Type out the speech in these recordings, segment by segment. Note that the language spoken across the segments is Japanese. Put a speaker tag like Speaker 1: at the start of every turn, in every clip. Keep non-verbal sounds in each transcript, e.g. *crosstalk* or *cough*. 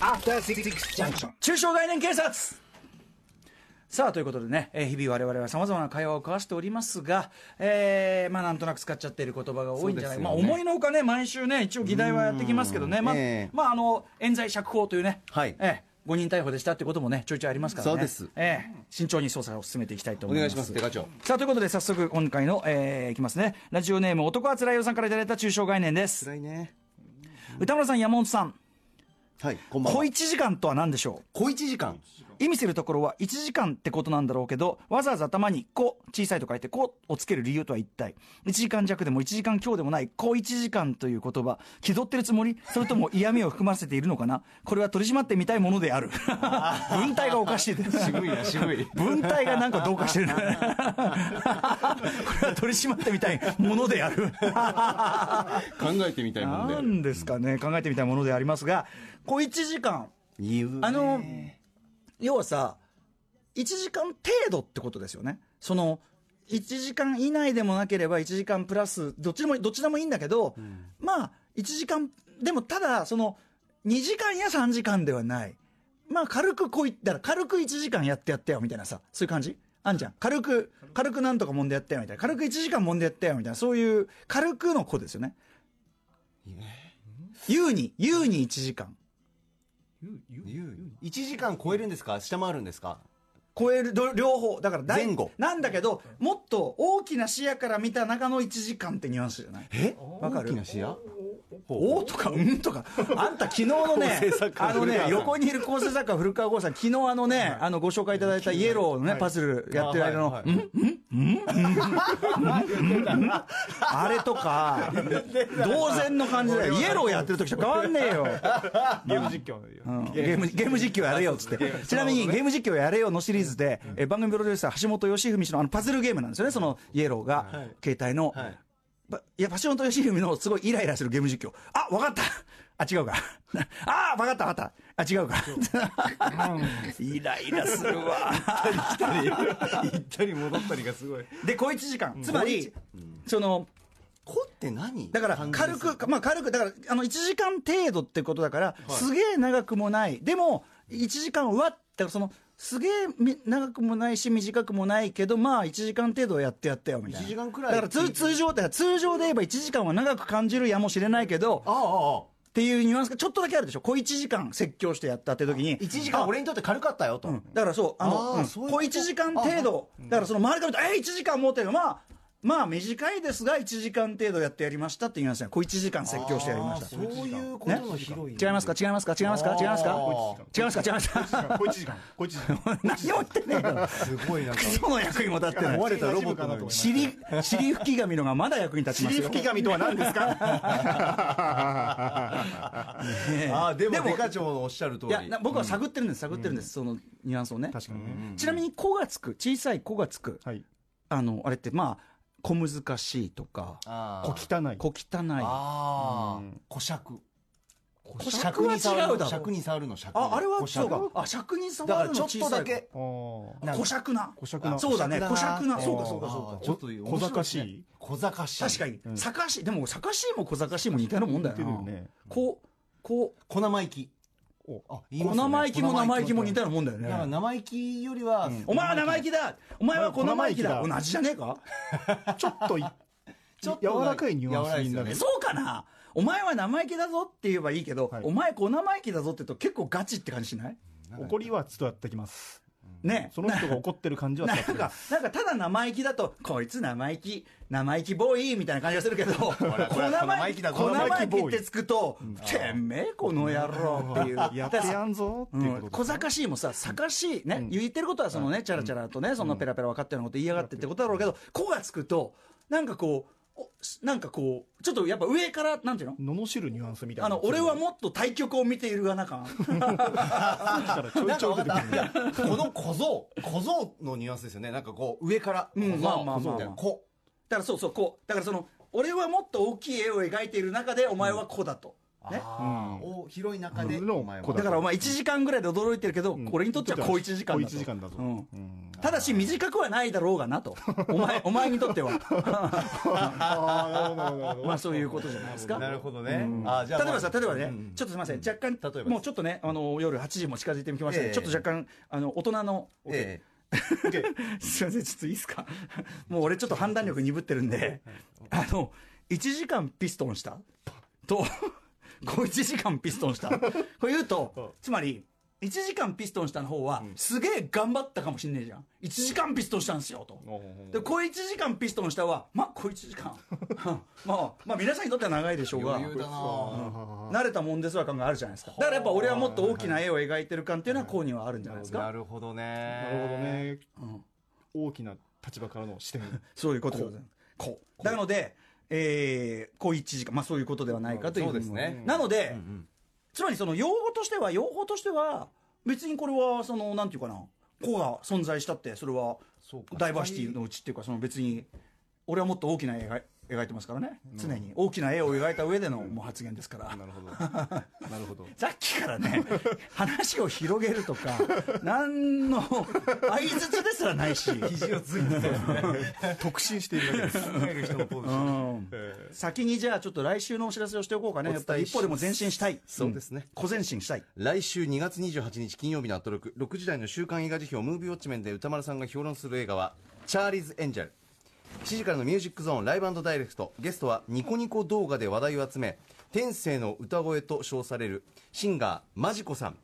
Speaker 1: After Six Junction.
Speaker 2: 中小概念警察さあということでね、えー日々我々はさまざまな会話を交わしておりますが、えーまあ、なんとなく使っちゃっている言葉が多いんじゃない、
Speaker 3: そうですよね
Speaker 2: まあ、思いのほかね毎週ね一応議題はやってきますけどね、まあ
Speaker 3: ええ
Speaker 2: まあ、あの冤罪釈放というね、
Speaker 3: はい
Speaker 2: え5人逮捕でしたってこともねちょいちょいありますからね
Speaker 3: そうです
Speaker 2: ええ慎重に捜査を進めていきたいと
Speaker 3: お
Speaker 2: 思い
Speaker 3: 願
Speaker 2: ま
Speaker 3: い
Speaker 2: す
Speaker 3: します、デカ長。
Speaker 2: さあということで早速今回の、えーいきますねラジオネーム男はつらいよさんからいただいた中小概念です、
Speaker 3: 辛いね。
Speaker 2: 歌村さん山本さん
Speaker 3: はい、こんばんは。
Speaker 2: 小1時間とは何でしょう
Speaker 3: 小一時間。
Speaker 2: 意味するところは1時間ってことなんだろうけどわざわざ頭に「こ」小さいと書いて「こ」をつける理由とは一体1時間弱でも1時間強でもない「こ1時間」という言葉気取ってるつもりそれとも嫌味を含ませているのかなこれは取り締まってみたいもので
Speaker 3: *laughs*
Speaker 2: ある文体がおかしいです
Speaker 3: 渋いな、渋 *laughs* い。
Speaker 2: 文体がなんかどうかしてるねこれは取り締まってみたいものであ
Speaker 3: *laughs*
Speaker 2: る
Speaker 3: 考えてみたいもんで
Speaker 2: な
Speaker 3: ある。
Speaker 2: んですかね考えてみたいものでありますが小1時間
Speaker 3: 言うね
Speaker 2: あの要はさ1時間程度ってことですよねその1時間以内でもなければ1時間プラスどっちでもどっちでもいいんだけど、まあ1時間でもただその2時間や3時間ではないまあ軽くこういったら軽く1時間やってやってよみたいなさそういう感じあんじゃん軽く軽くなんとかもんでやってよみたいな軽く1時間もんでやってよみたいなそういう軽くの子ですよね優に優に1時間
Speaker 3: 言う一時間超えるんですか下回るんですか
Speaker 2: 超えるど両方だから大
Speaker 3: 前後
Speaker 2: なんだけどもっと大きな視野から見た中の1時間ってニュアンスじゃない
Speaker 3: え
Speaker 2: わかる
Speaker 3: 大きな視野
Speaker 2: おおとかうんとかあんた昨日のね
Speaker 3: 構成作家
Speaker 2: あの
Speaker 3: 古
Speaker 2: ね
Speaker 3: 川さん
Speaker 2: 横にいる構成作家古川剛さん昨日あのね、あのご紹介いただいたイエローのね、パズルやってる間の、
Speaker 3: はい
Speaker 2: うんあれとか同然の感じでイエローやってる時と変わんねえよ
Speaker 4: ゲーム実況のよ
Speaker 2: うんゲームゲーム実況やれよっつって、ちなみにゲーム実況やれよのシリーズで、え番組プロデューサー、橋本良文氏のあのパズルゲームなんですよね、そのイエローが、携帯の、
Speaker 3: はい
Speaker 2: ばいや、橋本良文のすごいイライラするゲーム実況、あわかった、 *laughs* あ違うか、あわかった、わかった、あ違うか、 *laughs* イライラするわ、
Speaker 4: 行ったり戻ったりがす
Speaker 2: *laughs*
Speaker 4: ごい
Speaker 2: で、小1時間、つまり、その、
Speaker 3: 子って何
Speaker 2: だから軽く、まあ、軽くだからあの1時間程度ってことだから、すげえ長くもないでも1時間はだからそのすげえみ長くもないし短くもないけどまあ1時間程度はやってやったよみたいな
Speaker 3: 1時間くらい
Speaker 2: だから通通常で通常で言えば1時間は長く感じるやもしれないけど
Speaker 3: ああああ
Speaker 2: っていうニュアンスがちょっとだけあるでしょ小1時間説教してやったって時に
Speaker 3: 一時間俺にとって軽かったよと
Speaker 2: だからそう、あの、
Speaker 3: あー
Speaker 2: うん
Speaker 3: そういうこと
Speaker 2: 小1時間程度、だからその周りから見たら、えー、1時間持ってる、まあ、まあ短いですが、1時間程度やってやりましたって言いましたね、小1時間説教してやりました。
Speaker 3: そういうことの広い
Speaker 2: 違いますか違いますか違いますか違いますか違いますか違いますか
Speaker 4: 小一時間小一時間
Speaker 2: *laughs* 何を言ってんねんよ
Speaker 4: すごいなんか
Speaker 2: クソの役にも立ってない
Speaker 4: 壊れたロボットのように
Speaker 2: 尻尻拭き紙のがまだ役に立ちますよ
Speaker 4: 吹き紙と *laughs* は何ですか
Speaker 3: ああで
Speaker 2: で
Speaker 3: も
Speaker 2: も
Speaker 3: デカ長のおっしゃる通
Speaker 2: いや
Speaker 3: り
Speaker 2: な僕は探ってるんです探ってるんです、そのニュアンスをね
Speaker 4: 確かにね
Speaker 2: ちなみに「子」がつく小さい「子」がつく
Speaker 4: はい
Speaker 2: あのあれってまあ小難しいとか
Speaker 3: あ
Speaker 4: 小汚い
Speaker 2: 小汚い
Speaker 3: ああ小尺
Speaker 2: 小尺は違うだろ
Speaker 3: 尺に触るの尺
Speaker 2: あ、あれは
Speaker 3: 小
Speaker 2: そう
Speaker 3: 尺
Speaker 2: か。あ、尺に触
Speaker 3: だから
Speaker 2: る
Speaker 3: ち
Speaker 2: の
Speaker 3: ょっ
Speaker 2: 小
Speaker 3: と
Speaker 2: さ
Speaker 3: だ
Speaker 2: い
Speaker 3: け
Speaker 4: あー
Speaker 2: か。小尺な。
Speaker 4: 小尺な
Speaker 2: そうだね。
Speaker 3: 小
Speaker 2: 小
Speaker 3: 尺
Speaker 2: 尺
Speaker 3: だな
Speaker 2: な。そうか、そうか、
Speaker 3: あ
Speaker 2: そ
Speaker 3: ー
Speaker 2: う
Speaker 3: ち
Speaker 2: か。
Speaker 3: ょっと面
Speaker 4: 小
Speaker 3: 白ですね
Speaker 4: 賢しい
Speaker 3: 小賢し
Speaker 2: 確
Speaker 3: い
Speaker 2: かに、坂し、でも、坂しも小坂しも似たようなもんだよ
Speaker 4: 似てる
Speaker 2: な
Speaker 4: よね。
Speaker 2: こう、こう、
Speaker 3: 小生意気
Speaker 4: お
Speaker 3: あ言いま
Speaker 2: 小
Speaker 3: すよね
Speaker 2: 生意気も生意気も似た
Speaker 3: だ
Speaker 2: ようなもんだ
Speaker 3: か
Speaker 2: よね。
Speaker 3: ら生意気よりは
Speaker 2: お前は生意気だお前は小生意気だ
Speaker 4: 小生意気だ
Speaker 2: 同じじゃねえか
Speaker 4: ちょっとい
Speaker 3: ちょっと
Speaker 4: 柔らかいニュアンスにな
Speaker 3: 柔らかいで
Speaker 4: る
Speaker 3: す
Speaker 2: そうかなお前は生意気だぞって言えばいいけど
Speaker 4: はい、
Speaker 2: お前小生意気だぞって言うと結構ガチって感じしない
Speaker 4: 怒りは伝わってきます
Speaker 2: ねえ
Speaker 4: その人が怒ってる感じは
Speaker 2: な
Speaker 4: 伝
Speaker 2: ん
Speaker 4: わってきま
Speaker 2: か
Speaker 4: す、
Speaker 2: なんかただ生意気だと、こいつ生意気、生意気ボーイみたいな感じがするけど、こ
Speaker 3: ら
Speaker 2: 生
Speaker 3: 生
Speaker 2: 意
Speaker 3: 意
Speaker 2: 気
Speaker 3: 気
Speaker 2: だ、
Speaker 3: だ
Speaker 2: こ生
Speaker 4: 生
Speaker 2: 意
Speaker 4: 意気
Speaker 2: 気っ
Speaker 4: ボーイ
Speaker 2: てつくと、てめえ、この野郎っていう。
Speaker 4: やってやんぞっていう
Speaker 2: うん
Speaker 4: こ
Speaker 2: 小
Speaker 4: と
Speaker 2: 賢しいもさ、賢しいね、言ってることはそのね、チャラチャラとね、そんなペラペラ分かったようなこと言いやがってってことだろうけど、子がつくと、なんかこう、おなんかこう、ちょっとやっぱ上から、なんていうの
Speaker 4: 罵るニュアンスみたいな
Speaker 2: あの、俺はもっと対局を見ているがな感。
Speaker 4: う来たらちょい
Speaker 3: なん
Speaker 4: ち
Speaker 3: か
Speaker 4: ょい
Speaker 3: 分か
Speaker 4: 出
Speaker 3: って
Speaker 4: く
Speaker 3: た
Speaker 4: る
Speaker 3: いやこの小僧小僧のニュアンスですよねなんかこう上から
Speaker 2: うん
Speaker 3: 小
Speaker 2: まあ
Speaker 3: 僧
Speaker 2: まあまあまあ
Speaker 3: 小僧みたいな小
Speaker 2: だからそうそうこうだからその俺はもっと大きい絵を描いている中でお前は子だと、ね
Speaker 3: あーお広い中で
Speaker 4: うん
Speaker 3: お前は
Speaker 4: 小
Speaker 2: だからお前1時間ぐらいで驚いてるけど、
Speaker 4: ん
Speaker 2: 俺にとっては小1時間だと
Speaker 4: 小一時間だぞ
Speaker 2: うん
Speaker 4: うん
Speaker 2: ただし短くはないだろうがなとお
Speaker 3: *laughs*
Speaker 2: 前お前にとっては
Speaker 4: ああ、なるほど、なるほど。
Speaker 2: まあそういうことじゃないですか
Speaker 3: なるほどね。あじ
Speaker 2: 例えばさ、例えばね、
Speaker 3: うん
Speaker 2: ちょっとすみません、若干、
Speaker 3: 例えばです
Speaker 2: もうちょっとね、あの夜8時も近づいてきましたね、
Speaker 3: ええ
Speaker 2: ちょっと若干、あの大人の、
Speaker 3: え
Speaker 2: *laughs* すいません、ちょっといいですか、 *laughs* もう俺、ちょっと判断力鈍ってるんで、あの1時間ピストンしたと、小1時間ピストンした、これ言うと、つまり、1時間ピストンしたの方は、すげえ頑張ったかもしんねえじゃん、1時間ピストンしたんですよと。で小1時間ピストンしたは、まあ、小1時間、まあ、まあ、皆さんにとっては長いでしょう
Speaker 3: え
Speaker 2: が、
Speaker 3: 余裕だな
Speaker 2: 慣れたもんですわ感があるじゃないですかだからやっぱ俺はもっと大きな絵を描いてる感っていうのは公認はあるんじゃないです
Speaker 3: な
Speaker 2: か
Speaker 3: るほどね。
Speaker 4: な
Speaker 3: な
Speaker 4: るほど。ね。
Speaker 2: うん
Speaker 4: 大きな立場からの視点。
Speaker 2: そういうことでございますこうなのでえー、小一時間まあそういうことではないかという
Speaker 3: そうですね
Speaker 2: なので、
Speaker 3: うんうん
Speaker 2: つまりその用語としては用語としては別にこれはそのなんていうかな子が存在したってそれは
Speaker 3: そうか
Speaker 2: ダイバーシティのうちっていうかその別に俺はもっと大きな絵が描いてますからね常に大きな絵を描いた上でのもう発言ですから
Speaker 4: なる
Speaker 2: *laughs*
Speaker 4: ほど。なるほど。
Speaker 2: さっきからね、話を広げるとか、何の相づちですらないし、
Speaker 3: 肘をついてる。
Speaker 4: 特進しているだけです。
Speaker 3: 考える人のポーズ
Speaker 2: う
Speaker 3: してる。
Speaker 2: ん、先にじゃあ、ちょっと来週のお知らせをしておこうかね、やっぱり一歩でも前進したい、
Speaker 3: そうですね
Speaker 2: ん小前進したい、
Speaker 3: 来週2月28日金曜日のアトロク6時台の週刊映画辞表ムービーウォッチメンで歌丸さんが評論する映画は「チャーリーズ・エンジェル」7時からのミュージックゾーンライブダイレクトゲストはニコニコ動画で話題を集め天性の歌声と称されるシンガーマジコさん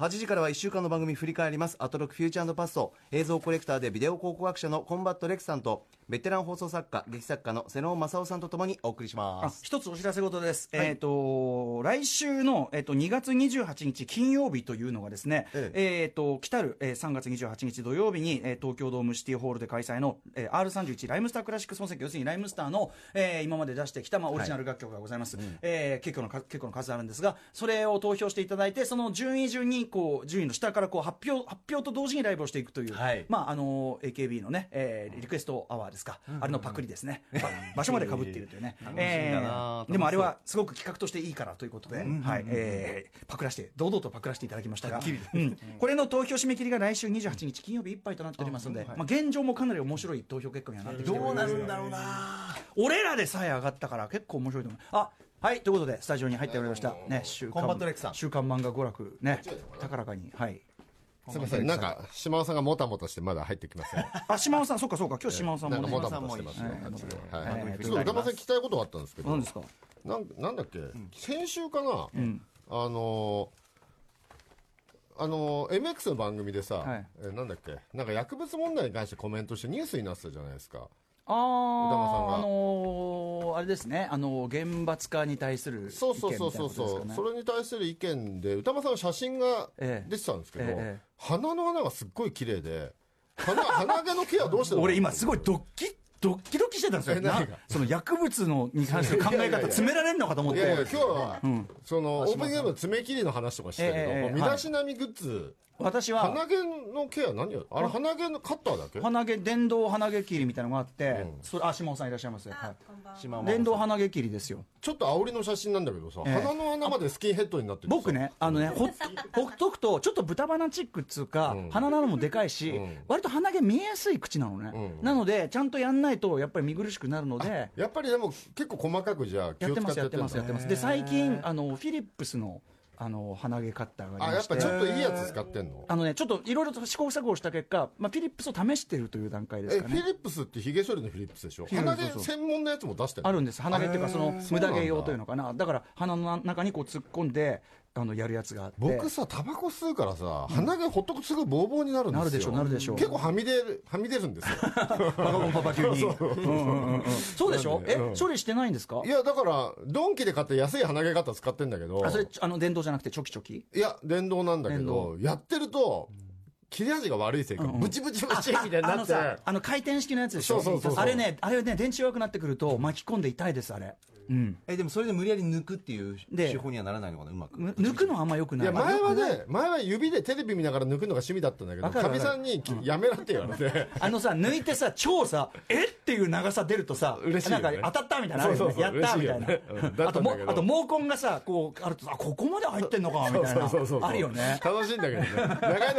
Speaker 3: 8時からは1週間の番組振り返りますアトロックフューチャーパスト映像コレクターでビデオ考古学者のコンバットレクさんとベテラン放送作家劇作家の瀬能正夫さんとともにお送りしま
Speaker 2: あ
Speaker 3: す
Speaker 2: 一つお知らせ事です、えっ、と、来週の、えっと2月28日金曜日というのがですね、え
Speaker 3: え
Speaker 2: っ、と、来たる、えー、3月28日土曜日に、えー東京ドームシティホールで開催の、えー、R31 ライムスタークラシック総選挙、要するにライムスターの、えー今まで出してきた、まあ、オリジナル楽曲がございます、えー結構の数、結構の数あるんですが、それを投票していただいて、その順位順に、こう、順位の下からこう発表、発表と同時にライブをしていくという、
Speaker 3: はい
Speaker 2: まあ、あの AKB のね、えーリクエストアワーですか、あれのパクリですね、ば場所まで被っているというね、
Speaker 3: *laughs* 楽しみだな
Speaker 2: でもあれはすごく企画としていいからということで、はいえーパクらして、堂々とパクらせていただきましたが、うんこれの投票締め切りが来週28日金曜日いっぱいとなっておりますので、まあ、現状もかなり面白い投票結果にはなってきております
Speaker 3: るんだろうな
Speaker 2: 俺らでさえ上がったから結構面白いと思う。あはいということでスタジオに入っておりました、ね、週
Speaker 3: コンバ
Speaker 2: 刊
Speaker 3: ットレックさん
Speaker 2: 週刊漫画娯楽、ね、高らかに、はい、
Speaker 1: すみません、なんか、島尾さんがもたもたしてまだ入ってきません。
Speaker 2: あ島尾さん、そうか *laughs* そうか、今日島尾さん
Speaker 1: な
Speaker 2: も
Speaker 1: んか
Speaker 2: ね、
Speaker 1: もたもたしてますね。はい
Speaker 2: はい
Speaker 1: はい。ちょっと歌丸さん聞きたいことがあったんですけど、
Speaker 2: 何
Speaker 1: な
Speaker 2: ですか
Speaker 1: んなんだっけ、先週かな、あのー、あのー、MX の番組でさ、
Speaker 2: はい
Speaker 1: えーなんだっけ、なんか薬物問題に関してコメントしてニュースになってたじゃないですか。
Speaker 2: あー
Speaker 1: 歌丸さんが
Speaker 2: あのー、あれですね、あのー、厳罰化に対する意見みたい
Speaker 1: そう
Speaker 2: なこと
Speaker 1: そ
Speaker 2: で
Speaker 1: う
Speaker 2: すか、ね、
Speaker 1: そうそうそう、それに対する意見で、歌丸さんの写真が
Speaker 2: ええ
Speaker 1: 出てたんですけど、
Speaker 2: ええ
Speaker 1: 鼻の穴がすっごい綺麗で、鼻、鼻毛のケアどうしてるの
Speaker 2: *laughs* 俺今すごいドッキドッキドキしてたんですよ
Speaker 1: え何が
Speaker 2: なその薬物のに関する考
Speaker 1: いや
Speaker 2: え
Speaker 1: いやい
Speaker 2: 方
Speaker 1: や
Speaker 2: 詰められんのかと思っ
Speaker 1: い
Speaker 2: て
Speaker 1: やいや、今日は、その、オープニングの爪切りの話とかしてるけど、
Speaker 2: ええええ
Speaker 1: もう身だしなみグッズ、
Speaker 2: 私は
Speaker 1: 鼻毛のケア何やあれ、鼻毛のカッターだっけ
Speaker 2: 鼻毛電動鼻毛切りみたいなのがあって、
Speaker 1: うん
Speaker 2: それあ島尾さんいらっしゃいます、は
Speaker 3: 島
Speaker 2: い、
Speaker 3: 本さん
Speaker 2: 電動鼻毛切りですよ
Speaker 1: ちょっと煽りの写真なんだけどさ、
Speaker 2: ええ
Speaker 1: 鼻の穴までスキンヘッドになってる
Speaker 2: 僕ね、あのね、ほっほっとくと、ちょっと豚鼻チックっつうか、
Speaker 1: うん
Speaker 2: 鼻なのもでかいし、
Speaker 1: うん
Speaker 2: 割と鼻毛見えやすい口なのね、
Speaker 1: うん
Speaker 2: なので、ちゃんとやんないと、やっぱり見苦しくなるので、
Speaker 1: やっぱりでも結構細かくじゃあ気
Speaker 2: やっ
Speaker 1: を
Speaker 2: て
Speaker 1: 使
Speaker 2: ます、
Speaker 1: って
Speaker 2: やっ
Speaker 1: やって
Speaker 2: て
Speaker 1: んだ
Speaker 2: ます、やってます、で最近、あのフィリップスのあの鼻毛カッターがあ
Speaker 1: あ、
Speaker 2: りま
Speaker 1: やっ
Speaker 2: して
Speaker 1: ぱちょっといいやつ使ってんの
Speaker 2: あのね、ちょっといろいろと試行錯誤した結果、まあ、フィリップスを試してるという段階で
Speaker 1: え、
Speaker 2: す
Speaker 1: フ
Speaker 2: か
Speaker 1: ィリ
Speaker 2: ね。
Speaker 1: ップスって髭剃りのフィリップスでしょ
Speaker 2: リップス
Speaker 1: 鼻
Speaker 2: そう
Speaker 1: 毛
Speaker 2: そ
Speaker 1: 専門のやつも出して
Speaker 2: あるん
Speaker 1: ん
Speaker 2: です鼻毛っていうかその
Speaker 1: そ
Speaker 2: 無
Speaker 1: うなん
Speaker 2: 駄
Speaker 1: だ
Speaker 2: 毛用というのかなだから鼻の中にこう突っ込んであのやるやつがあって
Speaker 1: 僕さ、タバコ吸うからさ、鼻毛ほっとくとすぐボーボーになるんですよ。
Speaker 2: なるでしょなるでしょ
Speaker 1: 結構はみ出る、はみ出るんですよ。
Speaker 2: *laughs* バカボンパパ級にうんうんうんうんそうでしょえ処理してないんですか
Speaker 1: いや、だから、ドンキで買った安い鼻毛型使ってんだけど
Speaker 2: あ、それちょあの電動じゃなくてチョキチョキ
Speaker 1: いや、電動なんだけ
Speaker 2: 電動
Speaker 1: ど、やってると、切れ味が悪いせいか、ブチブチブチみたい
Speaker 2: *laughs*
Speaker 1: に
Speaker 2: あ
Speaker 1: な
Speaker 2: の
Speaker 1: って、
Speaker 2: さあの回転式のやつでしょ
Speaker 1: そうそうそうそう
Speaker 2: あれねあれね電池弱くなってくると巻き込んで痛いですあれうん、
Speaker 3: えでもそれで無理やり抜くっていう
Speaker 2: で
Speaker 3: 手法にはならないのかなうまく
Speaker 2: む抜くのはあんまよく
Speaker 1: い
Speaker 2: ない
Speaker 1: や前は
Speaker 2: よくない
Speaker 1: ね前は指でテレビ見ながら抜くのが趣味だったんだけど
Speaker 2: わかる
Speaker 1: か
Speaker 2: わか
Speaker 1: み
Speaker 2: る
Speaker 1: さんにやめろって言
Speaker 2: *laughs*
Speaker 1: われて
Speaker 2: あのさ抜いてさ超さえっていう長さ出るとさ
Speaker 1: 嬉しいよね
Speaker 2: なんか当たったみたいなのあるよね
Speaker 1: そうそうそう
Speaker 2: やったみ
Speaker 1: 嬉
Speaker 2: た
Speaker 1: しい
Speaker 2: い
Speaker 1: よ
Speaker 2: な、
Speaker 1: ねうん
Speaker 2: あ
Speaker 1: だった
Speaker 2: と
Speaker 1: んだ
Speaker 2: も
Speaker 1: けど
Speaker 2: あと毛根がさこうあるとさあここまで入ってんのかみたいな
Speaker 1: そうそうそうそう
Speaker 2: あるよね
Speaker 1: 楽しいんだけどね長いの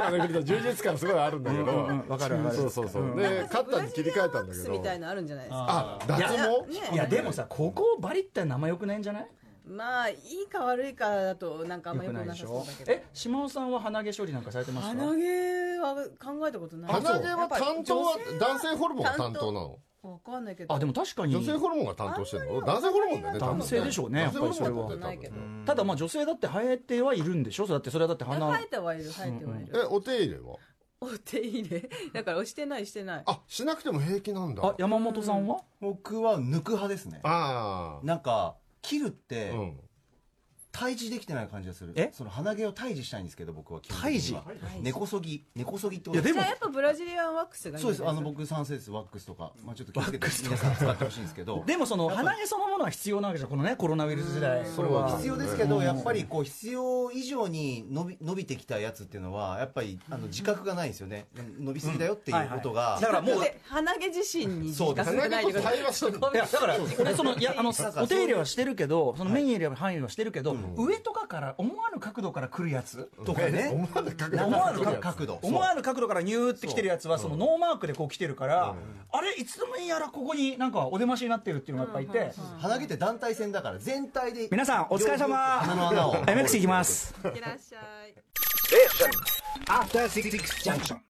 Speaker 1: が抜くと充実感すごいあるんだけど
Speaker 2: うんわかるわかる
Speaker 1: そうそうそうでカッターに切り替えたん
Speaker 5: ブラ
Speaker 1: だ
Speaker 5: ジ
Speaker 1: け
Speaker 5: リアンワックスみたい
Speaker 1: ど
Speaker 5: のあるんじゃないですか
Speaker 1: あ脱
Speaker 5: いや
Speaker 1: 毛
Speaker 5: ね
Speaker 2: いやでもさここバリって名前よくないんじゃない
Speaker 5: まあいいか悪いかだとなんかあんまよくなさそうだけど
Speaker 2: え島尾さんは鼻毛処理なんかされてますか
Speaker 5: 鼻毛は考えたことない
Speaker 1: 鼻毛は担当は
Speaker 5: やっぱり女性
Speaker 1: 男性ホルモンが担当なの
Speaker 5: わかんないけど
Speaker 2: あでも確かに
Speaker 1: 女性ホルモンが担当してるの男性ホルモンだよね
Speaker 2: 男性でしょうね
Speaker 1: 男性ホルモンだよね
Speaker 5: やっぱりそれは
Speaker 1: 多分ね
Speaker 2: ただまあ女性だって生えてはいるんでしょそうだってそれはだって鼻
Speaker 5: 生えてはいる生えてはい
Speaker 1: え
Speaker 5: る、
Speaker 1: お手入れは
Speaker 5: お手入れだから押してないしてない
Speaker 1: あしなくても平気なんだ
Speaker 2: あ山本さんは、
Speaker 3: 僕は抜く派ですね
Speaker 1: あ
Speaker 3: なんか切るって
Speaker 1: あうん
Speaker 3: 退治できてない感じがする
Speaker 2: え
Speaker 3: その鼻毛を退治したいんですけど僕は基本的には
Speaker 5: 治
Speaker 3: 根こそぎ根こそぎってこ
Speaker 2: い
Speaker 3: と
Speaker 2: やで
Speaker 5: じゃ
Speaker 2: も
Speaker 5: あやっぱブラジリアンワックスがいいん
Speaker 3: そうですあの
Speaker 5: じ
Speaker 3: 僕賛成ですワックスとか、まあ、ちょっと気をつけて皆さん使ってほしいんですけど
Speaker 2: でもその鼻毛そのものは必要なわけじゃんこのねコロナウイルス時代これは
Speaker 3: 必要ですけどやっぱりこう必要以上に伸び伸びてきたやつっていうのはやっぱりあの自覚がないんですよね伸びすぎだよっていうことが
Speaker 2: だから
Speaker 5: ゃない
Speaker 2: もう
Speaker 5: で鼻毛自身に自
Speaker 3: そうです
Speaker 5: 覚がないってこと
Speaker 1: 鼻毛と対話してる
Speaker 5: ご
Speaker 2: い
Speaker 5: めん
Speaker 2: やだからねそのいやあの
Speaker 3: なんか
Speaker 2: お手入れはしてるけどその目に入れる範囲はしてるけど、上とかから思わぬ角度から来るやつ
Speaker 3: とかね
Speaker 1: 思わぬ角度
Speaker 3: 思わぬ
Speaker 1: 角度
Speaker 3: 角度
Speaker 2: 思わぬ角度からニューって来てるやつはそのノーマークでこう来てるから、あれいつの間にやらここになんかお出ましになってるっていうのがやっぱいて、
Speaker 3: 鼻毛って団体戦だから全体で
Speaker 2: 皆さんお疲れ様
Speaker 3: 鼻の穴を
Speaker 2: MX 行きます
Speaker 5: いってらっしゃい
Speaker 2: アフターシックスジャンクション